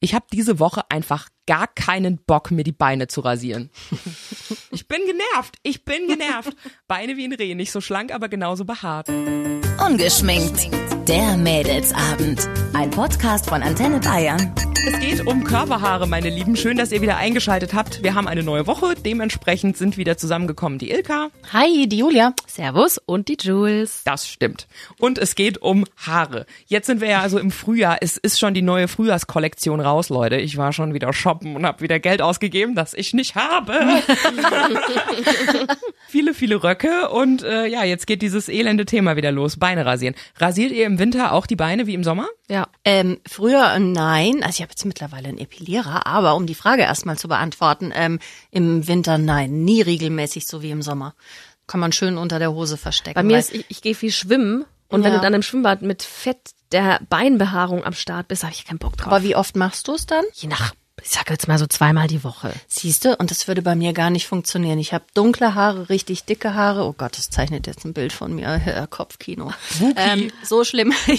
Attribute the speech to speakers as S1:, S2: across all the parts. S1: Ich habe diese Woche einfach gar keinen Bock, mir die Beine zu rasieren. Ich bin genervt. Ich bin genervt. Beine wie ein Reh, nicht so schlank, aber genauso behaart.
S2: Ungeschminkt. Der Mädelsabend. Ein Podcast von Antenne Bayern.
S1: Es geht um Körperhaare, meine Lieben. Schön, dass ihr wieder eingeschaltet habt. Wir haben eine neue Woche. Dementsprechend sind wieder zusammengekommen die Ilka.
S3: Hi, die Julia. Servus und die Jules.
S1: Das stimmt. Und es geht um Haare. Jetzt sind wir ja also im Frühjahr. Es ist schon die neue Frühjahrskollektion raus, Leute. Ich war schon wieder shoppen und habe wieder Geld ausgegeben, das ich nicht habe. viele, viele Röcke. Und äh, ja, jetzt geht dieses elende Thema wieder los. Beine rasieren. Rasiert ihr im Winter auch die Beine wie im Sommer?
S3: Ja. Ähm, früher äh, nein, also ich habe jetzt mittlerweile einen Epilierer, aber um die Frage erstmal zu beantworten, ähm, im Winter nein, nie regelmäßig so wie im Sommer. Kann man schön unter der Hose verstecken.
S4: Bei mir
S3: weil-
S4: ist, ich, ich gehe viel schwimmen und wenn
S3: Ja.
S4: du dann im Schwimmbad mit Fett der Beinbehaarung am Start bist, habe ich keinen Bock drauf.
S3: aber wie oft machst du es dann?
S4: je nach, ich sage jetzt mal so zweimal die Woche.
S3: Siehst du, und das würde bei mir gar nicht funktionieren. Ich habe dunkle Haare, richtig dicke Haare. Oh Gott, das zeichnet jetzt ein Bild von mir. Äh, Kopfkino. Ähm, so schlimm. ja,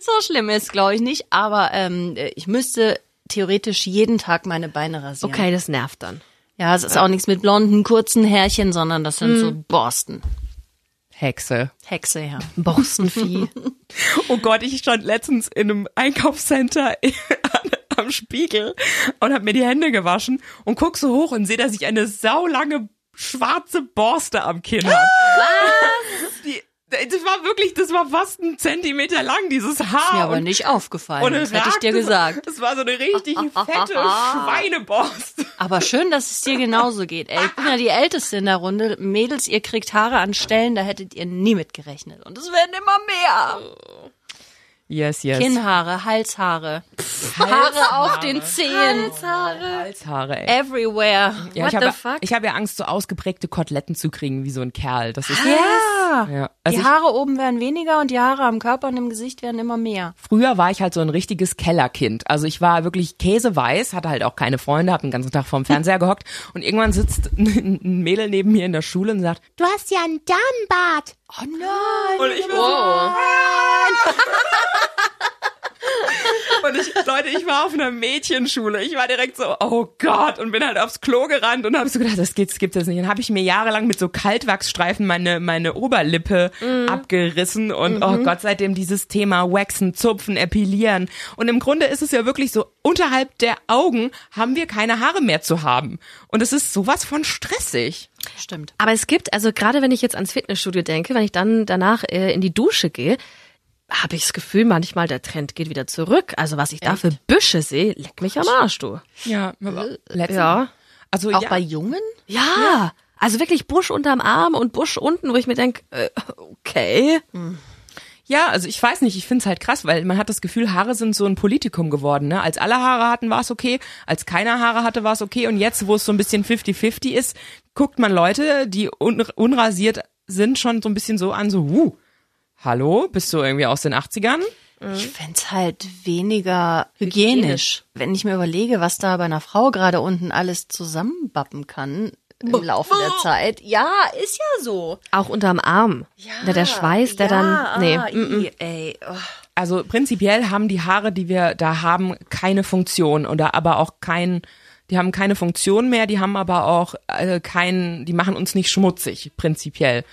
S3: so schlimm ist, glaube ich, nicht. Aber ähm, ich müsste theoretisch jeden Tag meine Beine rasieren.
S4: Okay, das nervt dann.
S3: Ja, es ist auch nichts mit blonden, kurzen Härchen, sondern das
S1: Hm.
S3: sind so Borsten.
S1: Hexe.
S3: Hexe, ja.
S4: Borstenvieh.
S1: Oh Gott, ich stand letztens in einem Einkaufscenter am Spiegel und habe mir die Hände gewaschen und guck so hoch und sehe, dass ich eine saulange schwarze Borste am Kinn habe. Das war wirklich, das war fast ein Zentimeter lang, dieses Haar.
S3: Mir aber
S1: und-
S3: nicht
S1: und
S3: aufgefallen, das
S1: es
S3: hätte ich dir
S1: ragte so-
S3: gesagt.
S1: Das war so eine richtig fette Schweineborste.
S3: Aber schön, dass es dir genauso geht. Ey, ich bin ja die Älteste in der Runde. Mädels, ihr kriegt Haare an Stellen, da hättet ihr nie mit gerechnet. Und es werden immer mehr.
S1: Yes, yes.
S3: Kinnhaare, Halshaare, Haare auf den Zehen,
S1: Halshaare,
S3: Äh,
S1: ey.
S3: everywhere.
S1: Ja,
S4: What
S1: ich habe,
S4: the fuck?
S1: Ich habe ja Angst, so ausgeprägte Koteletten zu kriegen, wie so ein Kerl. Das ist,
S3: Ja.
S1: ja. Also
S3: Die
S1: ich,
S3: Haare oben werden weniger und die Haare am Körper und im Gesicht werden immer mehr.
S1: früher war ich halt so ein richtiges Kellerkind. Also ich war wirklich käseweiß, hatte halt auch keine Freunde, habe den ganzen Tag vorm Fernseher gehockt und irgendwann sitzt ein ein Mädel neben mir in der Schule und sagt, du hast ja einen Darmbart.
S3: Oh nein.
S1: Und ich war so, Und ich, Leute, ich war auf einer Mädchenschule. Ich war direkt so, oh Gott, und bin halt aufs Klo gerannt und habe so gedacht, das geht's, gibt's jetzt nicht. Dann habe ich mir jahrelang mit so Kaltwachsstreifen meine meine Oberlippe abgerissen und oh Gott, seitdem dieses Thema Waxen, Zupfen, Epilieren. Und im Grunde ist es ja wirklich so, unterhalb der Augen haben wir keine Haare mehr zu haben. Und es ist sowas von stressig.
S3: Stimmt.
S4: Aber es gibt, also gerade wenn ich jetzt ans Fitnessstudio denke, wenn ich dann danach äh, in die Dusche gehe, habe ich das Gefühl, manchmal der Trend geht wieder zurück. Also was ich da für Büsche sehe, leck mich am Arsch, du.
S1: Ja, aber
S4: Ja.
S1: Also
S3: Auch
S1: ja.
S3: bei Jungen?
S4: Ja, also wirklich Busch unterm Arm und Busch unten, wo ich mir denke, äh, okay.
S1: Ja, also ich weiß nicht, ich find's halt krass, weil man hat das Gefühl, Haare sind so ein Politikum geworden. Ne? Als alle Haare hatten, war's okay, als keiner Haare hatte, war's okay. Und jetzt, wo es so ein bisschen 50-50 ist, guckt man Leute, die un unrasiert sind, schon so ein bisschen so an, so, uh, hallo, bist du irgendwie aus den 80ern?
S3: Ich fänd's halt weniger hygienisch. Wenn ich mir überlege, was da bei einer Frau gerade unten alles zusammenbappen kann im Laufe der Zeit. Ja, ist ja so.
S4: Auch unterm Arm. Ja. Der, der Schweiß, der dann, nee.
S3: ah,
S4: mm, mm.
S3: i, ey, oh.
S1: Also prinzipiell haben die Haare, die wir da haben, keine Funktion oder aber auch kein, die haben keine Funktion mehr, die haben aber auch äh, keinen, die machen uns nicht schmutzig, prinzipiell.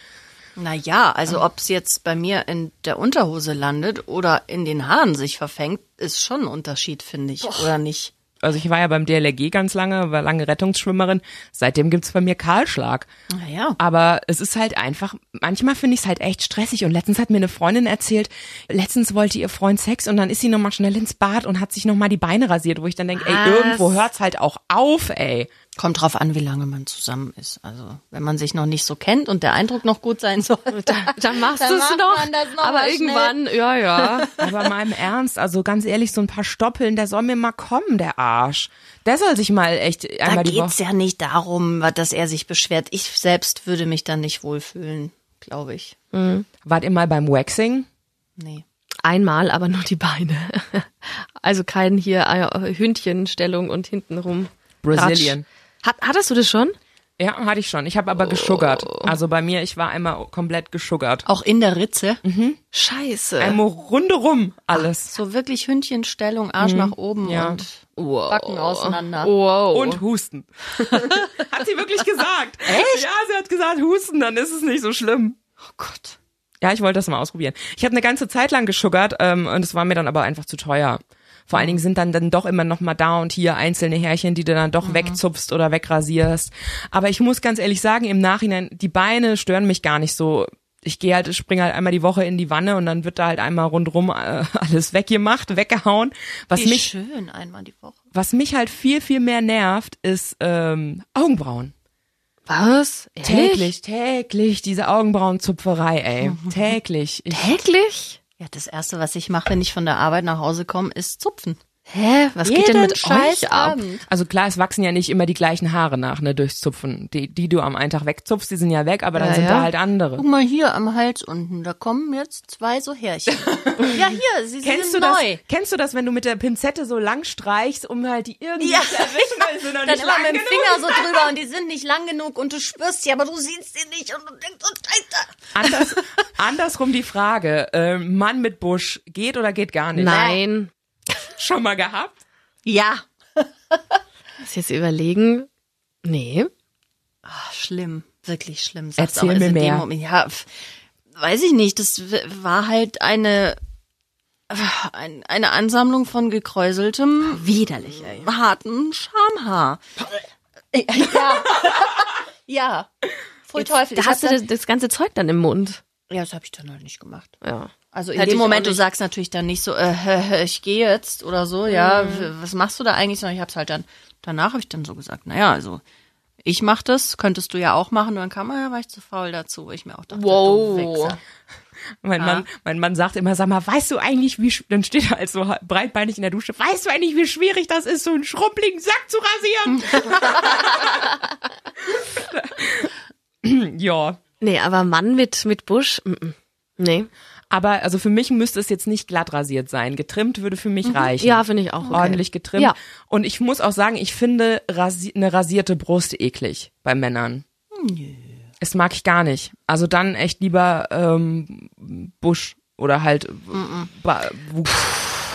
S3: Naja, also ob's jetzt bei mir in der Unterhose landet oder in den Haaren sich verfängt, ist schon ein Unterschied, finde ich, oder nicht?
S1: Also ich war ja beim DLRG ganz lange, war lange Rettungsschwimmerin. Seitdem gibt's bei mir Kahlschlag.
S3: Naja.
S1: Aber es ist halt einfach, manchmal finde ich es halt echt stressig. Und letztens hat mir eine Freundin erzählt, letztens wollte ihr Freund Sex und dann ist sie nochmal schnell ins Bad und hat sich nochmal die Beine rasiert, wo ich dann denke, ey,
S4: Was?
S1: irgendwo hört's halt auch auf, ey.
S3: Kommt drauf an, wie lange man zusammen ist. Also, wenn man sich noch nicht so kennt und der Eindruck noch gut sein soll, dann,
S4: Dann machst du es
S3: macht
S4: noch,
S3: man das noch
S4: aber
S3: mal schnell.
S4: irgendwann, ja, ja.
S1: Aber mal im Ernst, also ganz ehrlich, so ein paar Stoppeln, der soll mir mal kommen, der Arsch. Der soll sich mal echt
S3: Da
S1: einmal die
S3: geht's
S1: Woche.
S3: ja nicht darum, dass er sich beschwert. Ich selbst würde mich dann nicht wohlfühlen, glaube ich.
S1: Wart ihr mal beim Waxing?
S3: Nee.
S4: Einmal, aber nur die Beine. Also kein hier äh, Hündchenstellung und hintenrum.
S1: Brazilian.
S4: Ratsch. Hat, hattest du das schon?
S1: Ja, hatte ich schon. Ich habe
S3: Oh.
S1: aber geschuggert. Also bei mir, ich war einmal komplett geschuggert.
S3: Auch in der Ritze.
S4: Scheiße.
S1: Einmal runde rum alles.
S3: Mhm. So wirklich Hündchenstellung, Arsch nach oben
S1: Mhm. Ja. Oh.
S3: und
S4: Wow.
S3: Backen auseinander.
S4: Wow.
S1: Und husten. hat sie wirklich gesagt. Echt? Ja, sie hat gesagt, husten, dann ist es nicht so schlimm.
S3: Oh Gott.
S1: Ja, ich wollte das mal ausprobieren. Ich habe eine ganze Zeit lang geschuggert ähm, und es war mir dann aber einfach zu teuer. Vor allen Dingen sind dann, dann doch immer noch mal da und hier einzelne Härchen, die du dann
S3: Mhm.
S1: doch wegzupfst oder wegrasierst. Aber ich muss ganz ehrlich sagen, im Nachhinein, die Beine stören mich gar nicht so. Ich gehe halt, springe halt einmal die Woche in die Wanne und dann wird da halt einmal rundrum äh, alles weggemacht, weggehauen. Was
S3: Wie
S1: mich,
S3: schön einmal die Woche.
S1: was mich halt viel, viel mehr nervt, ist ähm, Augenbrauen.
S4: Was? Ehrlich?
S1: Täglich, täglich diese Augenbrauenzupferei, ey.
S3: Mhm.
S1: Täglich. Ich,
S4: Täglich?
S3: Ja, das erste, was ich mache, wenn ich von der Arbeit nach Hause komme, ist zupfen.
S4: Hä? Was geht denn
S3: Jeden
S4: mit
S3: scheiß
S4: euch ab?
S3: Abend.
S1: Also klar, es wachsen ja nicht immer die gleichen Haare nach, ne, durchs Zupfen. Die, die du am einen Tag wegzupfst, die sind ja weg, aber dann
S4: Ja,
S1: sind
S4: ja.
S1: da halt andere.
S3: Guck mal hier am Hals unten, da kommen jetzt zwei so Härchen. ja, hier, sie
S1: Kennst du
S3: sind
S1: das?
S3: neu.
S1: Kennst du das, wenn du mit der Pinzette so lang streichst, um halt die irgendwie
S3: Ja.
S1: zu erwischen, weil sie noch
S3: Dann
S1: nicht
S3: immer
S1: lang
S3: mit dem
S1: genug
S3: Finger so drüber und die sind nicht lang genug und du spürst sie, aber du siehst sie nicht und du denkst, oh Scheiße.
S1: Anders, andersrum die Frage, äh, Mann mit Busch, geht oder geht gar nicht?
S4: Nein.
S1: Schon mal gehabt?
S3: Ja.
S4: Muss jetzt überlegen. Nee.
S3: Ach, schlimm, wirklich schlimm. Sag's,
S1: Erzähl
S3: aber
S1: mir
S3: in
S1: mehr.
S3: Dem Moment, ja, pf, weiß ich nicht, das w- war halt eine ein- eine Ansammlung von gekräuseltem,
S4: Widerlich, ey. Äh,
S3: harten Schamhaar. Ja. ja. Voll Teufel.
S4: Da
S3: ich
S4: hast du
S3: hab
S4: das, das ganze Zeug dann im Mund.
S3: Ja, das habe ich dann halt nicht gemacht.
S4: Ja.
S3: Also in
S4: Hätte
S3: dem
S4: ich auch
S3: Moment, du
S4: nicht.
S3: sagst natürlich dann nicht so, äh, ich gehe jetzt oder so, ja, w- was machst du da eigentlich? Sondern ich hab's halt dann, danach habe ich dann so gesagt, naja, also ich mach das, könntest du ja auch machen. Und dann kam, ah, war ich zu faul dazu. wo Ich mir auch dachte,
S4: Wow.
S3: du Wichser.
S1: Mein, Mann, mein Mann sagt immer, sag mal, weißt du eigentlich, wie, sch- dann steht er halt so ha- breitbeinig in der Dusche, weißt du eigentlich, wie schwierig das ist, so einen schrumpeligen Sack zu rasieren? ja.
S4: Nee, aber Mann mit, mit Busch? Mm -mm. Nee.
S1: Aber also für mich müsste es jetzt nicht glatt rasiert sein. Getrimmt würde für mich reichen.
S4: Mhm. Ja, finde ich auch. Okay.
S1: Ordentlich getrimmt.
S4: Ja.
S1: Und ich muss auch sagen, ich finde rasi eine rasierte Brust eklig bei Männern.
S4: Hm,
S1: Nö. Es mag ich gar nicht. Also dann echt lieber ähm, Busch oder halt Ba- Wuchs.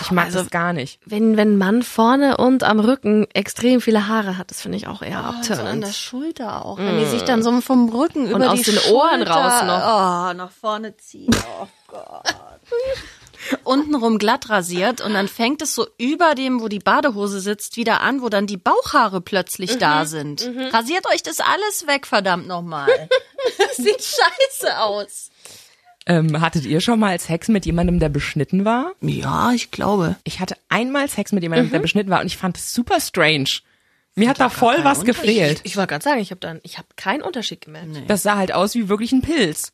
S1: Ich mag
S4: Also
S1: das gar nicht.
S4: Wenn, wenn ein Mann vorne und am Rücken extrem viele Haare hat, das finde ich auch eher
S3: Und Ah, Mm. so an der
S4: abtönend.
S3: Schulter auch, wenn die sich dann so vom Rücken über
S4: aus
S3: die
S4: den
S3: Schulter,
S4: Ohren raus
S3: noch. Oh, nach vorne ziehen. Oh Gott. Untenrum glatt rasiert und dann fängt es so über dem, wo die Badehose sitzt, wieder an, wo dann die Bauchhaare plötzlich da sind. Rasiert euch das alles weg, verdammt nochmal. Das sieht scheiße aus.
S1: Ähm, hattet ihr schon mal Sex mit jemandem, der beschnitten war?
S3: Ja, ich glaube.
S1: Ich hatte einmal Sex mit jemandem, der
S4: Mhm.
S1: beschnitten war und ich fand es super strange. Mir hat da voll was gefehlt.
S4: Ich wollte gerade sagen, ich habe dann, ich habe keinen Unterschied gemerkt.
S1: Das sah halt aus wie wirklich ein Pilz.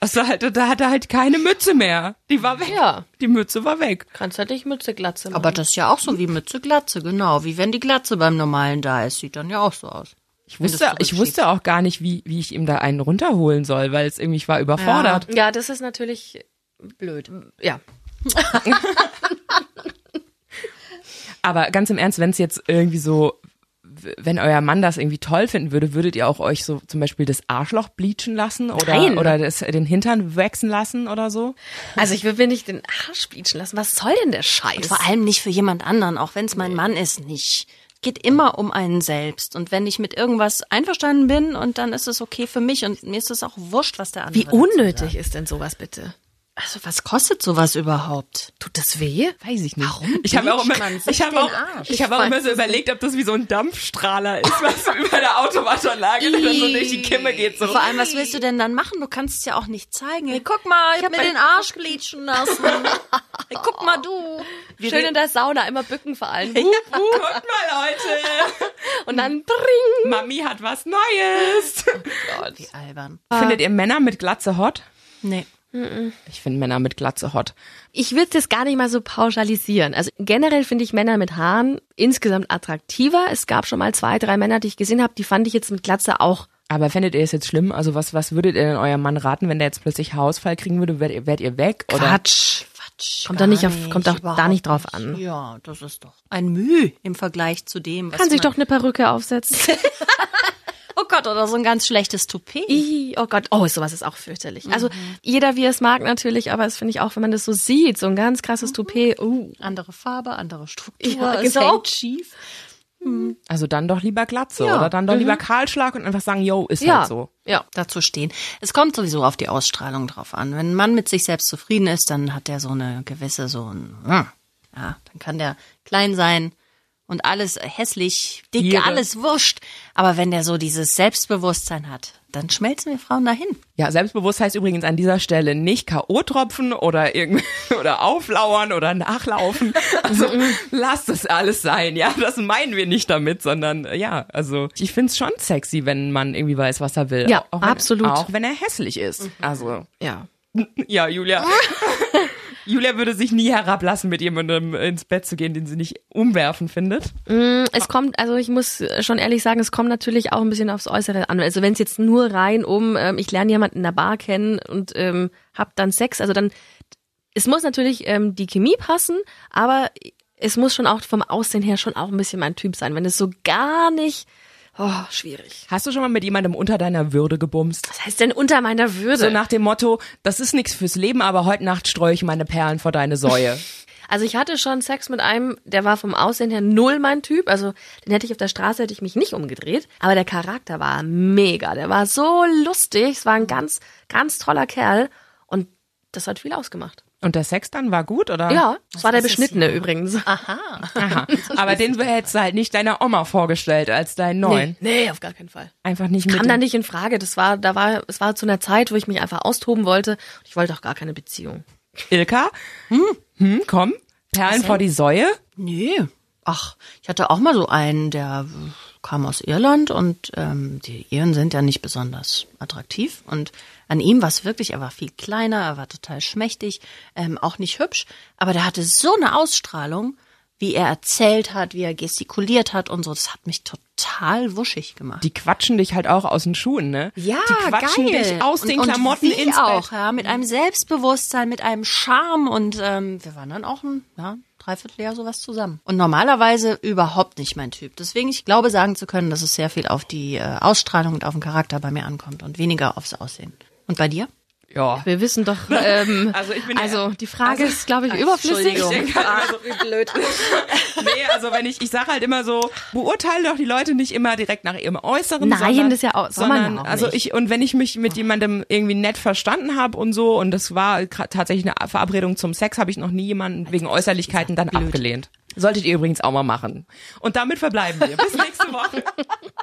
S1: Das sah halt, da hatte halt keine Mütze mehr. Die war weg.
S4: Ja.
S1: Die Mütze war weg.
S4: Kannst halt nicht Mütze glatze machen.
S3: Aber das ist ja auch so wie Mütze Glatze, genau. Wie wenn die Glatze beim Normalen da ist, sieht dann ja auch so aus.
S1: Ich wusste, ich wusste auch gar nicht, wie, wie ich ihm da einen runterholen soll, weil es irgendwie, ich war überfordert.
S4: ja, das ist natürlich blöd. Ja.
S1: Aber ganz im Ernst, wenn es jetzt irgendwie so, w- wenn euer Mann das irgendwie toll finden würde, würdet ihr auch euch so zum Beispiel das Arschloch bleachen lassen oder,
S4: Nein.
S1: oder das, den Hintern wachsen lassen oder so?
S4: Also ich will mir nicht den Arsch bleachen lassen. Was soll denn der Scheiß?
S3: Vor allem nicht für jemand anderen, auch wenn es mein Mann ist, nicht. Es geht immer um einen selbst. Und wenn ich mit irgendwas einverstanden bin und dann ist es okay für mich und mir ist es auch wurscht, was der andere.
S4: Wie unnötig ist denn sowas bitte?
S3: Also was kostet sowas überhaupt?
S4: Tut das weh?
S1: Weiß ich nicht. Warum? Ich habe auch
S3: blinkt
S1: immer,
S3: man sich
S1: ich habe
S3: den
S1: auch,
S3: Arsch?
S1: ich habe auch
S3: Ich
S1: immer so überlegt, ob das wie so ein Dampfstrahler ist, was so über der Autowaschanlage dann so durch die Kimme geht so.
S3: Vor allem, was willst du denn dann machen? Du kannst es ja auch nicht zeigen. Hey, guck mal, ich hab mir den Arsch glitschen lassen. hey, guck mal du.
S4: Schön in der Sauna, immer bücken vor allem.
S1: Uh, guck mal, Leute.
S4: Und dann bring.
S1: Mami hat was Neues.
S3: Wie albern.
S1: Findet ihr Männer mit Glatze hot?
S3: Nee.
S1: Ich finde Männer mit Glatze hot.
S4: Ich will das gar nicht mal so pauschalisieren. Also generell finde ich Männer mit Haaren insgesamt attraktiver. Es gab schon mal zwei, drei Männer, die ich gesehen habe, die fand ich jetzt mit Glatze auch.
S1: Aber findet ihr es jetzt schlimm? Also was, was würdet ihr denn eurem Mann raten, wenn der jetzt plötzlich Haarausfall kriegen würde? Wärt ihr, wärt ihr weg? Oder?
S4: Quatsch.
S3: Quatsch.
S4: Kommt
S3: gar
S4: doch nicht auf- kommt doch da
S3: überhaupt
S4: nicht drauf an.
S3: Ja, das ist doch ein Müh im Vergleich zu dem, was
S4: Kann sich ne
S3: man-
S4: doch eine Perücke aufsetzen.
S3: Oh Gott, oder so ein ganz schlechtes Toupet.
S4: Ih, oh Gott, oh, sowas ist auch fürchterlich. Also jeder, wie er es mag natürlich, aber es finde ich auch, wenn man das so sieht, so ein ganz krasses Toupet, uh.
S3: Andere Farbe, andere Struktur,
S4: Ja,
S3: es
S4: genau.
S3: hängt schief.
S1: Also dann doch lieber Glatze
S4: Ja.
S1: oder dann
S3: mhm.
S1: doch lieber Kahlschlag und einfach sagen, yo, ist
S4: Ja,
S1: halt so.
S4: ja.
S3: dazu stehen. Es kommt sowieso auf die Ausstrahlung drauf an. Wenn ein Mann mit sich selbst zufrieden ist, dann hat er so eine gewisse, so ein, hm. ja, dann kann der klein sein und alles hässlich, dick,
S1: Jede.
S3: alles wurscht. Aber wenn der so dieses Selbstbewusstsein hat, dann schmelzen wir Frauen dahin.
S1: Ja, selbstbewusst heißt übrigens an dieser Stelle nicht K.O. tropfen oder irgendwie oder auflauern oder nachlaufen. Also lasst das alles sein, ja. Das meinen wir nicht damit, sondern äh, ja, also ich find's schon sexy, wenn man irgendwie weiß, was er will.
S4: Ja,
S1: wenn,
S4: absolut. Mhm.
S1: Auch wenn er hässlich ist. Also.
S4: Ja.
S1: Ja, Julia. Julia würde sich nie herablassen, mit jemandem ins Bett zu gehen, den sie nicht umwerfen findet.
S4: Es kommt, also ich muss schon ehrlich sagen, es kommt natürlich auch ein bisschen aufs Äußere an. Also wenn es jetzt nur rein um, ähm, ich lerne jemanden in der Bar kennen und ähm, hab dann Sex, also dann, es muss natürlich ähm, die Chemie passen, aber es muss schon auch vom Aussehen her schon auch ein bisschen mein Typ sein. Wenn es so gar nicht, oh, schwierig.
S1: Hast du schon mal mit jemandem unter deiner Würde gebumst?
S4: Was heißt denn unter meiner Würde?
S1: So nach dem Motto, das ist nichts fürs Leben, aber heute Nacht streue ich meine Perlen vor deine Säue.
S4: Also ich hatte schon Sex mit einem, der war vom Aussehen her null mein Typ. Also den hätte ich auf der Straße, hätte ich mich nicht umgedreht. Aber der Charakter war mega. Der war so lustig. Es war ein ganz, ganz toller Kerl. Und das hat viel ausgemacht.
S1: Und der Sex dann war gut, oder?
S4: Ja, das war der
S3: ist es
S4: Beschnittene übrigens.
S1: Aha. Aber den hättest du halt nicht deiner Oma vorgestellt als deinen neuen.
S4: nee, nee, auf gar keinen Fall.
S1: Einfach nicht mit.
S4: Kam da
S1: dem-
S4: nicht in Frage. Das war, da war, es war zu einer Zeit, wo ich mich einfach austoben wollte. Ich wollte auch gar keine Beziehung.
S1: Ilka? Hm, hm komm. Perlen vor die Säue?
S3: Nee. Ach, ich hatte auch mal so einen, der äh, kam aus Irland und ähm, die Iren sind ja nicht besonders attraktiv. Und an ihm war es wirklich, er war viel kleiner, er war total schmächtig, ähm, auch nicht hübsch, aber der hatte so eine Ausstrahlung, wie er erzählt hat, wie er gestikuliert hat und so. Das hat mich total wuschig gemacht.
S1: Die quatschen dich halt auch aus den Schuhen, ne? Die quatschen dich aus
S3: Und-
S1: den
S3: und
S1: Klamotten
S3: wie
S1: ins
S3: auch,
S1: Bett.
S3: ja, mit einem Selbstbewusstsein, mit einem Charme und ähm, wir waren dann auch ein ja, Dreivierteljahr sowas zusammen. Und normalerweise überhaupt nicht mein Typ. Deswegen, ich glaube, sagen zu können, dass es sehr viel auf die äh, Ausstrahlung und auf den Charakter bei mir ankommt und weniger aufs Aussehen. Und bei dir?
S1: Ja.
S4: Wir wissen doch, ähm,
S1: Also ich bin ja-
S4: also die Frage
S1: also-
S4: ist, glaube ich, überflüssig.
S1: Ich denke, also,
S3: Ah, Wie blöd.
S1: nee, also wenn ich, ich sage halt immer so, beurteile doch die Leute nicht immer direkt nach ihrem Äußeren.
S4: Nein,
S1: sondern,
S4: das ist ja auch- soll man ja
S1: sondern,
S4: auch
S1: also
S4: nicht.
S1: ich und wenn ich mich mit jemandem irgendwie nett verstanden habe und so und das war gra- tatsächlich eine Verabredung zum Sex, habe ich noch nie jemanden wegen Äußerlichkeiten dann abgelehnt. Solltet ihr übrigens auch mal machen. Und damit verbleiben wir. Bis nächste Woche.